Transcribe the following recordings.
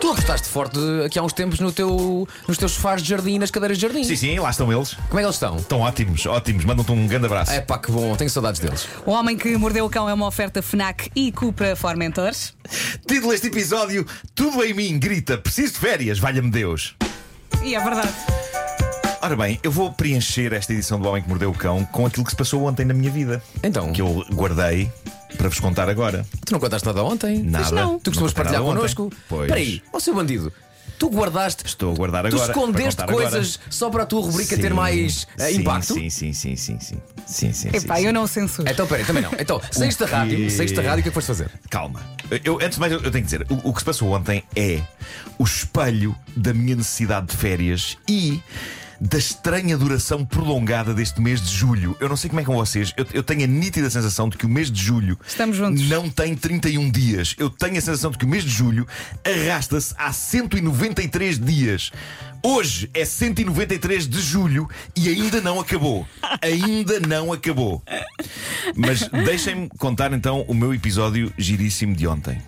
Tu apostaste forte aqui há uns tempos no teu, nos teus sofás de jardim e nas cadeiras de jardim. Sim, sim, lá estão eles. Como é que eles estão? Estão ótimos, ótimos. Mandam-te um grande abraço. É pá, que bom, tenho saudades deles. O Homem que Mordeu o Cão é uma oferta FNAC e Cupra Formentores. Título deste episódio: Tudo em mim grita, preciso de férias, valha-me Deus. E é verdade. Ora bem, eu vou preencher esta edição do Homem que Mordeu o Cão com aquilo que se passou ontem na minha vida. Então. Que eu guardei para vos contar agora. Tu não contaste nada ontem? Nada. não. Tu costumas Não contei partilhar nada ontem. connosco? Pois. Peraí, ó seu bandido, tu guardaste. Estou a guardar Tu agora. escondeste para contar coisas agora. só para a tua rubrica Sim, ter mais eh, sim, impacto? Sim, sim, sim, sim, sim. Sim, sim, sim, Epá, sim. eu não censuro. Então, peraí, também não. Então, saíste da quê? rádio, saíste da rádio, o que é que foste fazer? Calma. Eu, antes de mais, eu eu tenho que dizer: o, o que se passou ontem é o espelho da minha necessidade de férias e da estranha duração prolongada deste mês de julho. Eu não sei como é com vocês, eu, eu tenho a nítida sensação de que o mês de julho Estamos juntos. não tem 31 dias. Eu tenho a sensação de que o mês de julho arrasta-se há 193 dias. Hoje é 193 de julho e ainda não acabou. Ainda não acabou. Mas deixem-me contar então o meu episódio giríssimo de ontem.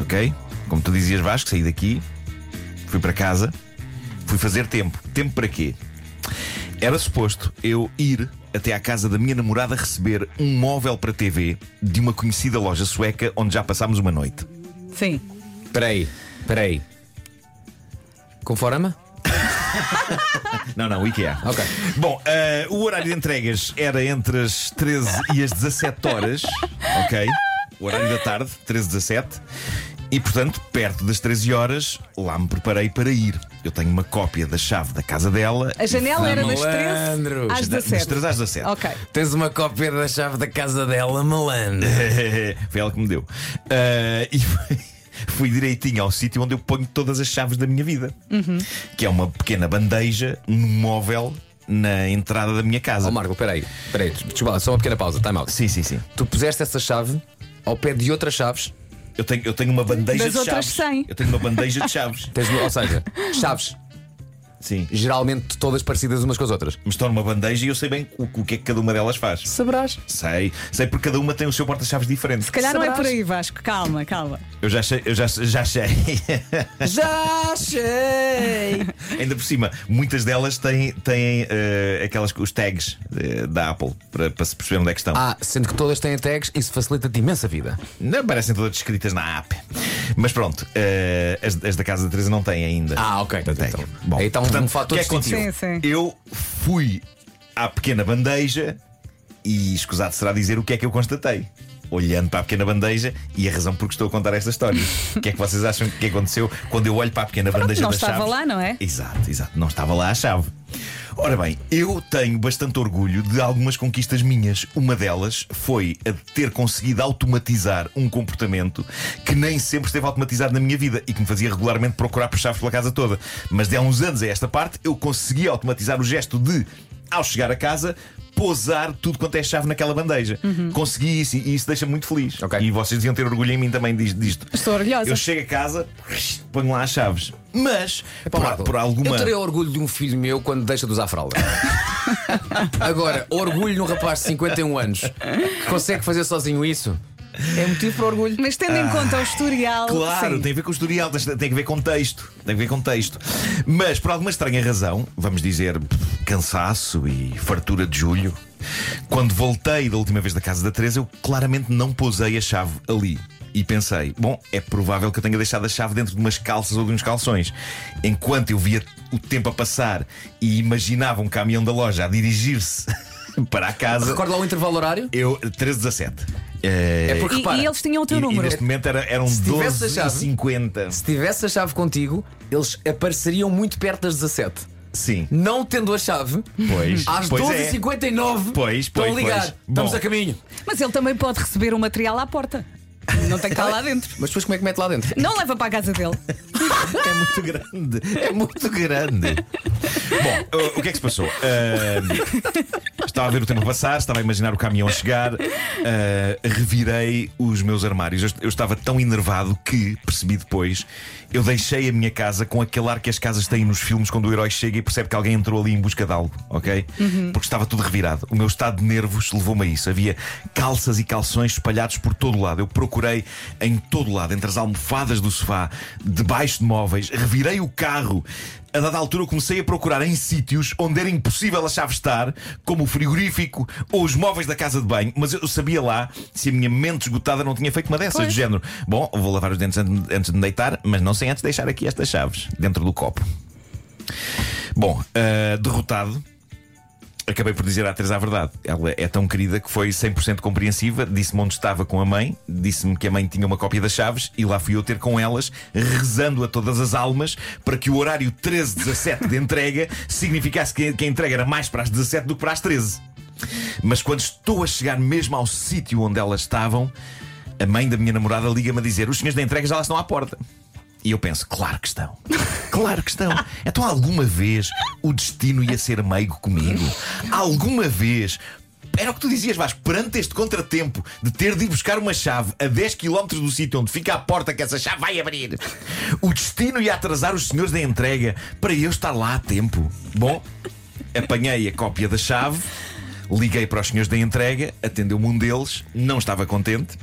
Ok? Como tu dizias, Vasco, saí daqui, fui para casa, fui fazer tempo. Tempo para quê? Era suposto eu ir até à casa da minha namorada receber um móvel para TV de uma conhecida loja sueca onde já passámos uma noite. Sim. Peraí, peraí. Com forama? Não, não, é? IKEA. Ok. Bom, eh, o horário de entregas era entre as 13 e as 17 horas, ok? O horário da tarde, 13 17. E portanto, perto das 13 horas, lá me preparei para ir. Eu tenho uma cópia da chave da casa dela. A janela era das 13 Malandro. às Da- das 17. 13 às 17. Ok. Tens uma cópia da chave da casa dela, malandro. Foi ela que me deu. Ah, e fui- fui direitinho ao sítio onde eu ponho todas as chaves da minha vida, que é uma pequena bandeja num móvel na entrada da minha casa. Ó Marco, peraí, peraí, desculpa, lá, só uma pequena pausa, time out. Sim, sim, sim. Tu puseste essa chave ao pé de outras chaves, Eu tenho, eu tenho uma bandeja Das de outras chaves. 100. Eu tenho uma bandeja de chaves. tens, ou seja, chaves Sim. geralmente todas parecidas umas com as outras. Mas estou numa bandeja e eu sei bem o, o que é que cada uma delas faz. Sabrás. Sei, sei porque cada uma tem o seu porta-chaves diferente. Se calhar não é Sabrás. por aí, Vasco. Calma, calma. Eu já achei, eu já, já achei. Já achei! Ainda por cima, muitas delas têm, têm eh, aquelas, os tags eh, da Apple para, para se perceber onde é que estão. Ah, sendo que todas têm tags, isso facilita-te imensa vida. Não parecem todas descritas na app. Mas pronto, eh, as, as da casa da Teresa não têm ainda. Ah, ok. Não têm. Então, aí está um- um fator o que é que aconteceu? distintivo. Sim, sim. Eu fui à pequena bandeja e escusado será dizer o que é que eu constatei. Olhando para a pequena bandeja e a razão por que estou a contar esta história. o que é que vocês acham que aconteceu quando eu olho para a pequena bandeja não das estava chaves? lá, não é? Exato, exato. Não estava lá a chave. Ora bem, eu tenho bastante orgulho de algumas conquistas minhas. Uma delas foi a de ter conseguido automatizar um comportamento que nem sempre esteve automatizado na minha vida e que me fazia regularmente procurar por chaves pela casa toda. Mas de há uns anos a esta parte, eu consegui automatizar o gesto de, ao chegar a casa, pousar tudo quanto é chave naquela bandeja. Consegui isso e isso deixa-me muito feliz. Ok. E vocês deviam ter orgulho em mim também dis- disto. Estou orgulhosa. Eu chego a casa, ponho lá as chaves. Mas, É por, por alguma. Eu terei orgulho de um filho meu quando deixa de usar fralda. Agora, orgulho num rapaz de 51 anos que consegue fazer sozinho isso um é motivo para orgulho. Mas tendo em conta o historial. Ah, Claro, sim. tem a ver com o historial, tem- tem a ver com texto. Tem a ver com texto. Mas por alguma estranha razão, vamos dizer pff, cansaço e fartura de julho, quando voltei da última vez da casa da Teresa, eu claramente não pousei a chave ali. E pensei, bom, é provável que eu tenha deixado a chave dentro de umas calças ou de uns calções. Enquanto eu via o tempo a passar e imaginava um caminhão da loja a dirigir-se para a casa, Recorda lá o intervalo horário? eu, 13h17. É porque, E, repara, e eles tinham o E, teu e número. neste momento era, eram Se tivesse a chave- 12h50. se tivesse a chave contigo, eles apareceriam muito perto das 17. Sim. Não tendo a chave, Pois. às pois é. 12h59 Pois, estão pois, a ligar. pois. Estamos Bom. a caminho. Mas ele também pode receber o material à porta. Não tem que estar lá dentro. Mas depois como é que mete lá dentro? Não leva para a casa dele. É. é muito grande. É muito grande. Bom, o- o que é que se passou? Ahm, Estava a ver o tempo passar, estava a imaginar o caminhão a chegar, ah, revirei os meus armários. Eu, est- eu estava tão enervado que, percebi depois, eu deixei a minha casa com aquele ar que as casas têm nos filmes quando o herói chega e percebe que alguém entrou ali em busca de algo, ok? Porque estava tudo revirado. O meu estado de nervos levou-me a isso. Havia calças e calções espalhados por todo o lado. Eu procurei em todo lado, entre as almofadas do sofá, debaixo de móveis, revirei o carro. A dada altura eu comecei a procurar em sítios onde era impossível a chave estar, como o frigorífico ou os móveis da casa de banho, mas eu sabia lá se a minha mente esgotada não tinha feito uma dessas, do género. Bom, vou lavar os dentes an- antes de me deitar, mas não sem antes deixar aqui estas chaves dentro do copo. Bom, ah, derrotado. Acabei por dizer à Teresa a verdade. Ela é tão querida que foi 100% compreensiva. Disse-me onde estava com a mãe, disse-me que a mãe tinha uma cópia das chaves e lá fui eu ter com elas, rezando a todas as almas para que o horário 13-17 de entrega significasse que que a entrega era mais para as 17 do que para as 13. Mas quando estou a chegar mesmo ao sítio onde elas estavam, a mãe da minha namorada liga-me a dizer: Os senhores da entrega já lá estão à porta. E eu penso, claro que estão. Claro que estão. Então alguma vez o destino ia ser meigo comigo? Alguma vez. Era o que tu dizias, Vasco, perante este contratempo de ter de ir buscar uma chave a 10 km do sítio onde fica a porta que essa chave vai abrir, o destino ia atrasar os senhores da entrega para eu estar lá a tempo. Bom, apanhei a cópia da chave, liguei para os senhores da entrega, atendeu-me um deles, não estava contente.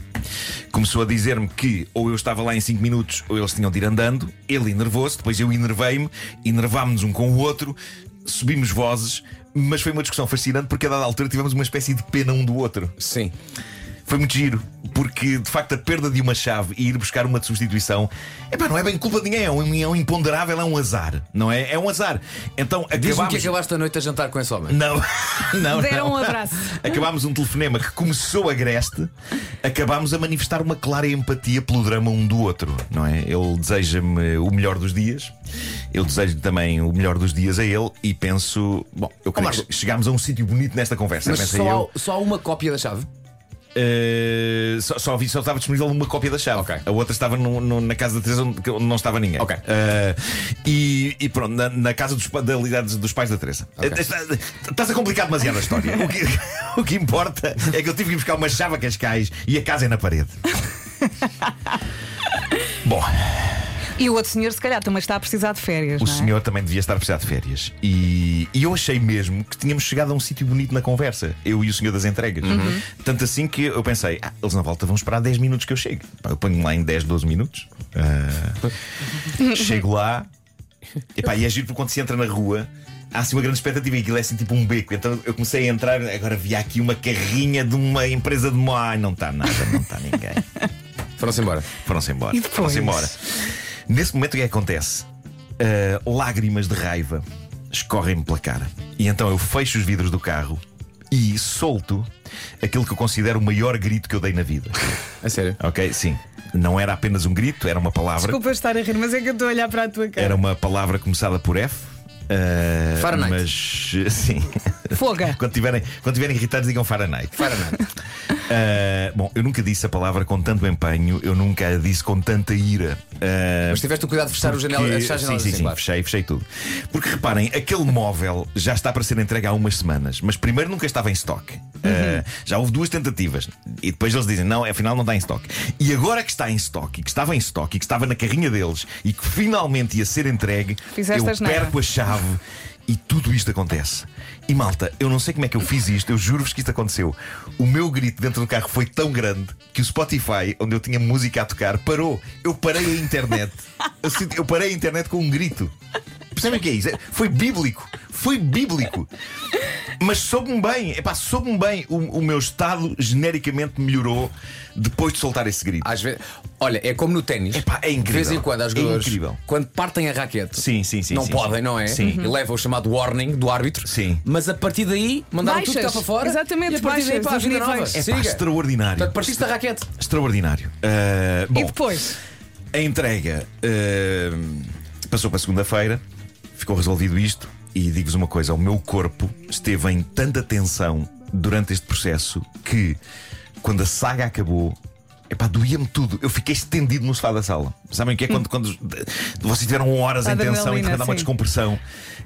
Começou a dizer-me que ou eu estava lá em 5 minutos ou eles tinham de ir andando. Ele enervou-se, depois eu enervei-me, enervámos-nos um com o outro, subimos vozes, mas foi uma discussão fascinante porque a dada altura tivemos uma espécie de pena um do outro. Sim. Foi muito giro, porque de facto a perda de uma chave e ir buscar uma de substituição epá, não é bem culpa de ninguém, é um, é um imponderável, é um azar, não é? É um azar. Então Diz-me que acabámos. acabaste a noite a jantar com esse homem. Não, não. Deram não. um abraço. Acabámos um telefonema que começou agreste, acabámos a manifestar uma clara empatia pelo drama um do outro, não é? Ele deseja-me o melhor dos dias, eu desejo também o melhor dos dias a ele e penso, bom, eu creio Marco. que chegámos a um sítio bonito nesta conversa, Mas pensei só, eu. só há uma cópia da chave. Eh, só, só, vi, só estava disponível uma cópia da chave. Ok. A outra estava no- no- na casa da Teresa onde, que- onde não estava ninguém. Ok. Eh, e, e pronto, na, na casa dos, pa- da, da- dos pais da Teresa. Ok. Eh, está- Estás a complicar demasiado a história. o, que, o que importa é que eu tive que ir buscar uma chave a Cascais e a casa é na parede. Bom, E o outro senhor, se calhar, também está a precisar de férias. o não é? senhor também devia estar a precisar de férias. E, e eu achei mesmo que tínhamos chegado a um sítio bonito na conversa, eu e o senhor das entregas. Uhum. Tanto assim que eu pensei, ah, eles na volta vão esperar 10 minutos que eu chegue. Pá, Eu ponho lá em 10, 12 minutos. Ah, chego lá. Epá, e é giro porque quando se entra na rua. Há assim uma grande expectativa e aquilo é assim tipo um beco. Então eu comecei a entrar, agora vi aqui uma carrinha de uma empresa de moá. Ai, não está nada, não está ninguém. Foram-se embora. Foram-se embora. E depois? Foram-se embora. Nesse momento, o que é que acontece? Ah, lágrimas de raiva escorrem-me pela cara. E então eu fecho os vidros do carro e solto aquilo que eu considero o maior grito que eu dei na vida. A sério. Ok? Sim. Não era apenas um grito, era uma palavra. Desculpa eu estar a rir, mas é que eu estou a olhar para a tua cara. Era uma palavra começada por F. ah, Fahrenheit. Mas, sim. Foga. quando, tiverem, quando tiverem irritados, digam Fahrenheit. Para é? nada. Ah, bom, eu nunca disse a palavra com tanto empenho, eu nunca a disse com tanta ira. Ah, Mas tiveste o cuidado de fechar o janela, Porque- fechar as janelas sim, sim, assim, sim, claro. fechei, fechei tudo. Porque reparem, aquele móvel já está para ser entregue há umas semanas, mas primeiro nunca estava em estoque. Uhum. Ah, já houve duas tentativas e depois eles dizem: não, afinal não está em estoque. E agora que está em estoque, e que estava em estoque, e que estava na carrinha deles e que finalmente ia ser entregue, Fizeste eu asneira. perco a chave e tudo isto acontece. E malta, eu não sei como é que eu fiz isto, eu juro-vos que isto aconteceu. O meu grito dentro do carro foi tão grande que o Spotify, onde eu tinha música a tocar, parou. Eu parei a internet. Eu, senti- eu parei a internet com um grito. Percebem o que é isso? É- Foi bíblico. Foi bíblico. Mas soube-me bem, epá, soube-me bem. O, o meu estado genericamente melhorou depois de soltar esse grito. Às vezes, olha, é como no ténis. Epá, é incrível. De vez em quando, há É jogadores, incrível. quando partem a raquete, Sim, sim, sim, não sim, podem, sim. não é? Sim. E levam o chamado warning do árbitro. Sim. Mas a partir daí, mandaram tudo cá Baixas. para fora. Exatamente, e a partir daí, baixas, pá, a vida dos nova. níveis. Epá, Siga. extraordinário. Portanto, partiste da raquete. Extraordinário. Ah, bom, E depois? A entrega eh, passou para segunda-feira, ficou resolvido isto, e digo-vos uma coisa: o meu corpo esteve em tanta tensão durante este processo que, quando a saga acabou, Epá, doía-me tudo. Eu fiquei estendido no sofá da sala. Sabem o que é quando, quando de- vocês tiveram horas em Hum. Adrenalina, tensão e de repente há uma sim. descompressão?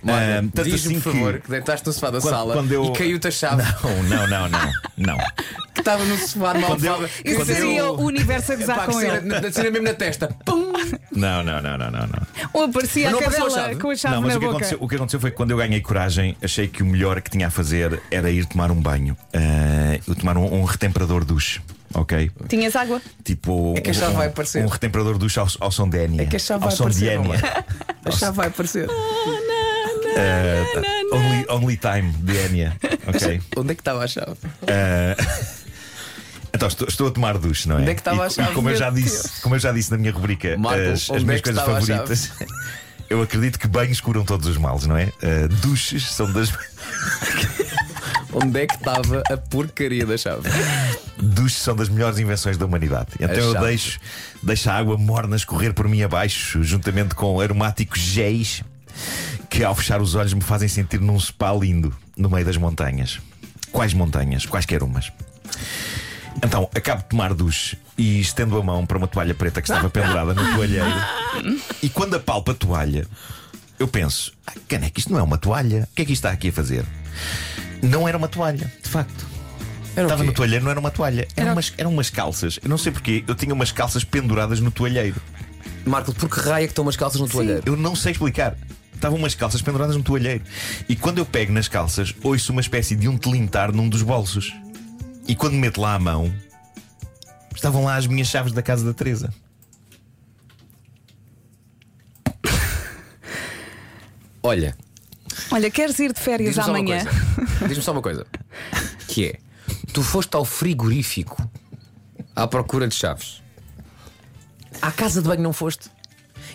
Ah, tanto Diz-me, assim por favor, que deitaste no sofá da Quando- sala quando eu- e caiu-te a chave Não, não, não, não. não. que estava no sofá de uma Quando eu- almofada. Isso Quando eu- seria o universo a gozar assim, Pá, que com cena- ele. na- cena mesmo na testa. Pum! Não, não, não, não, não, não. Ou aparecia Mas a não apareceu a cadela chave? com a chave Não, mas na o que, boca. aconteceu, o que aconteceu foi que quando eu ganhei coragem, achei que o melhor que tinha a fazer era ir tomar um banho. Ah, eu tomar um, um retemperador duche, ok? Tinhas água? Tipo. É que a chave um, vai aparecer. Um retemperador duche ao, ao som de Enya. É que a chave ao vai som de aparecer, não é? Enya. A chave vai aparecer. Eh, tá. eh, Only, only time de Enya, ok? Onde é que estava a chave? Ah, Então, estou, estou a tomar duche, não é? Onde é que estava E- a chave? e como eu, já Meu disse, como eu já disse na minha rubrica, eh, Marco, as, as onde é minhas que coisas estava a chave? favoritas, eu acredito que banhos curam todos os males, não é? Ah, duches são das. Onde é que estava a porcaria da chave? Duches são das melhores invenções da humanidade. Então eu chato. deixo, deixo a água morna escorrer por mim abaixo, juntamente com aromáticos géis, que ao fechar os olhos me fazem sentir num spa lindo, no meio das montanhas. Quais montanhas? Quaisquer umas. Então, acabo de tomar duche e estendo a mão para uma toalha preta que estava pendurada no toalheiro. E quando apalpo a toalha, eu penso: ah, caneca, isto não é uma toalha. O que é que isto está aqui a fazer? Não era uma toalha, de facto. Era o Estava quê? no toalheiro, não era uma toalha. Eram, umas, eram umas calças. Eu não sei porquê. Eu tinha umas calças penduradas no toalheiro. Marco, por que raia que estão umas calças no toalheiro? Eu não sei explicar. Estavam umas calças penduradas no toalheiro. E quando eu pego nas calças, ouço uma espécie de um telintar num dos bolsos. E quando meto lá a mão, estavam lá as minhas chaves da casa da Teresa. Olha, Olha, queres ir de férias diz-me só uma amanhã? coisa. Diz-me só uma coisa. Que é, tu foste ao frigorífico à procura de chaves. À casa de banho não foste?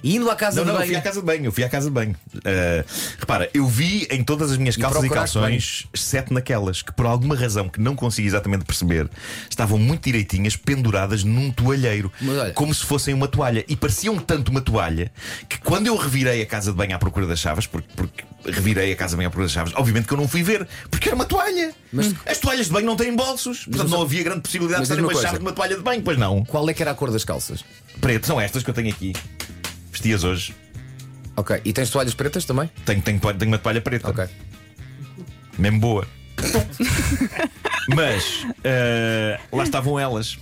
E indo à casa Não, de não, eu banho. fui à casa de banho, eu fui à casa de banho. Ah, repara, eu vi em todas as minhas calças e, procuraste calções, exceto naquelas que, por alguma razão que não consigo exatamente perceber, estavam muito direitinhas, penduradas num toalheiro, Mas olha- como se fossem uma toalha. E pareciam tanto uma toalha que quando eu revirei a casa de banho à procura das chaves, porque, porque revirei a casa de banho à procura das chaves, obviamente que eu não fui ver, porque era uma toalha. As toalhas de banho não têm bolsos, portanto não havia grande possibilidade Mas de serem diz-me uma uma coisa. chave de uma toalha de banho, pois não. Qual é que era a cor das calças? Preto, são estas que eu tenho aqui. Vestias hoje. Ok, e tens toalhas pretas também? Tenho, tenho, toalha- tenho uma toalha preta. Ok. Mesmo boa. Mas eh, lá estavam elas,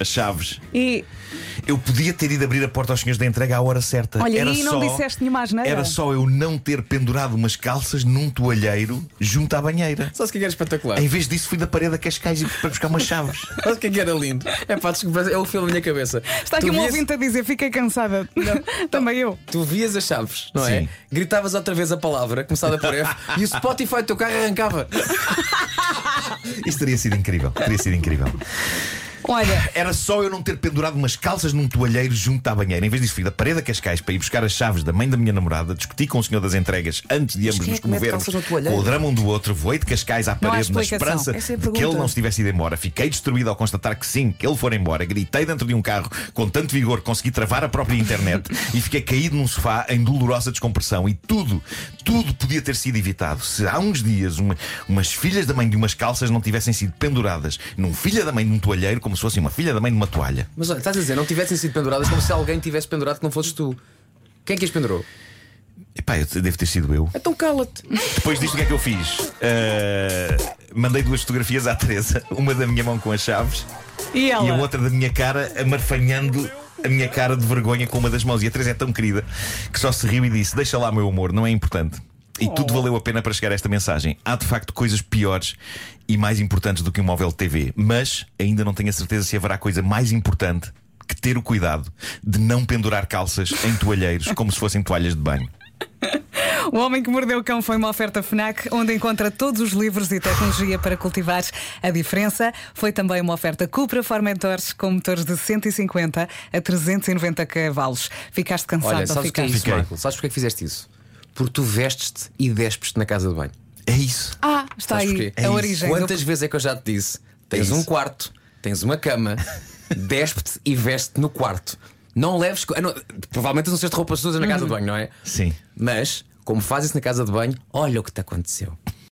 as chaves. E Eu podia ter ido abrir a porta aos senhores da entrega à hora certa. Olha, era e só, não disseste nenhuma asneira? Era só eu não ter pendurado umas calças num toalheiro junto à banheira. Sabes o que é que era espetacular? Em vez disso, fui da parede a Cascais e- para buscar umas chaves. Sabes o que é que era lindo? É pá, desculpa, é o filme na minha cabeça. está aqui Tu um vias- ouvinte a dizer, fiquei cansada. Também eu. Tu vias as chaves, não é? Sim. Gritavas outra vez a palavra, começada por F, e o Spotify do teu carro arrancava. Isso teria sido incrível. Teria sido incrível. Olha, Era só eu não ter pendurado umas calças num toalheiro junto à banheira. Em vez disso, fui da parede a Cascais para ir buscar as chaves da mãe da minha namorada, discuti com o senhor das entregas antes de ambos quem é nos que mete comovermos calças no com toalheiro? o drama um do outro. Voei de Cascais à Não há parede na explicação. esperança Essa é a de que pergunta. ele não se tivesse ido embora. Fiquei destruído ao constatar que sim, que ele for embora. Gritei dentro de um carro com tanto vigor que consegui travar a própria internet e fiquei caído num sofá em dolorosa descompressão. E tudo, tudo podia ter sido evitado se há uns dias uma- umas filhas da mãe de umas calças não tivessem sido penduradas num filha da mãe de um toalheiro como se fosse uma filha da mãe de uma toalha. Mas olha, estás a dizer, não tivessem sido penduradas como se alguém tivesse pendurado que não fosses tu. Quem é que as pendurou? Epá, eu devo ter sido eu. Então cala-te. Depois disto, o que é que eu fiz? Ah, mandei duas fotografias à Teresa, uma da minha mão com as chaves e e a ela? outra da minha cara amarfanhando a minha cara de vergonha com uma das mãos. E a Teresa é tão querida que só se riu e disse: Deixa lá, meu amor, não é importante. E tudo valeu a pena para chegar a esta mensagem. Há de facto coisas piores e mais importantes do que um móvel de TV, mas ainda não tenho a certeza se haverá coisa mais importante que ter o cuidado de não pendurar calças em toalheiros como se fossem toalhas de banho. O Homem que Mordeu o Cão foi uma oferta FNAC, onde encontra todos os livros e tecnologia para cultivar a diferença. Foi também uma oferta Cupra Formentores, com motores de 150 a 390 cavalos. Ficaste cansado Olha, ou sabes o que é ficaste? isso, Fiquei. Marco? Sabes porque é que fizeste isso? Porque tu vestes-te e despes-te na casa de banho. É isso. Ah, está Sabes aí porquê? É a isso. origem. do- Quantas vezes é que eu já te disse? Tens isso. um quarto, tens uma cama, despe-te e veste-te no quarto. Não leves. co- ah, não, provavelmente não sejas de roupa suja na casa de banho, não é? Sim. Mas, como fazes na casa de banho, olha o que te aconteceu.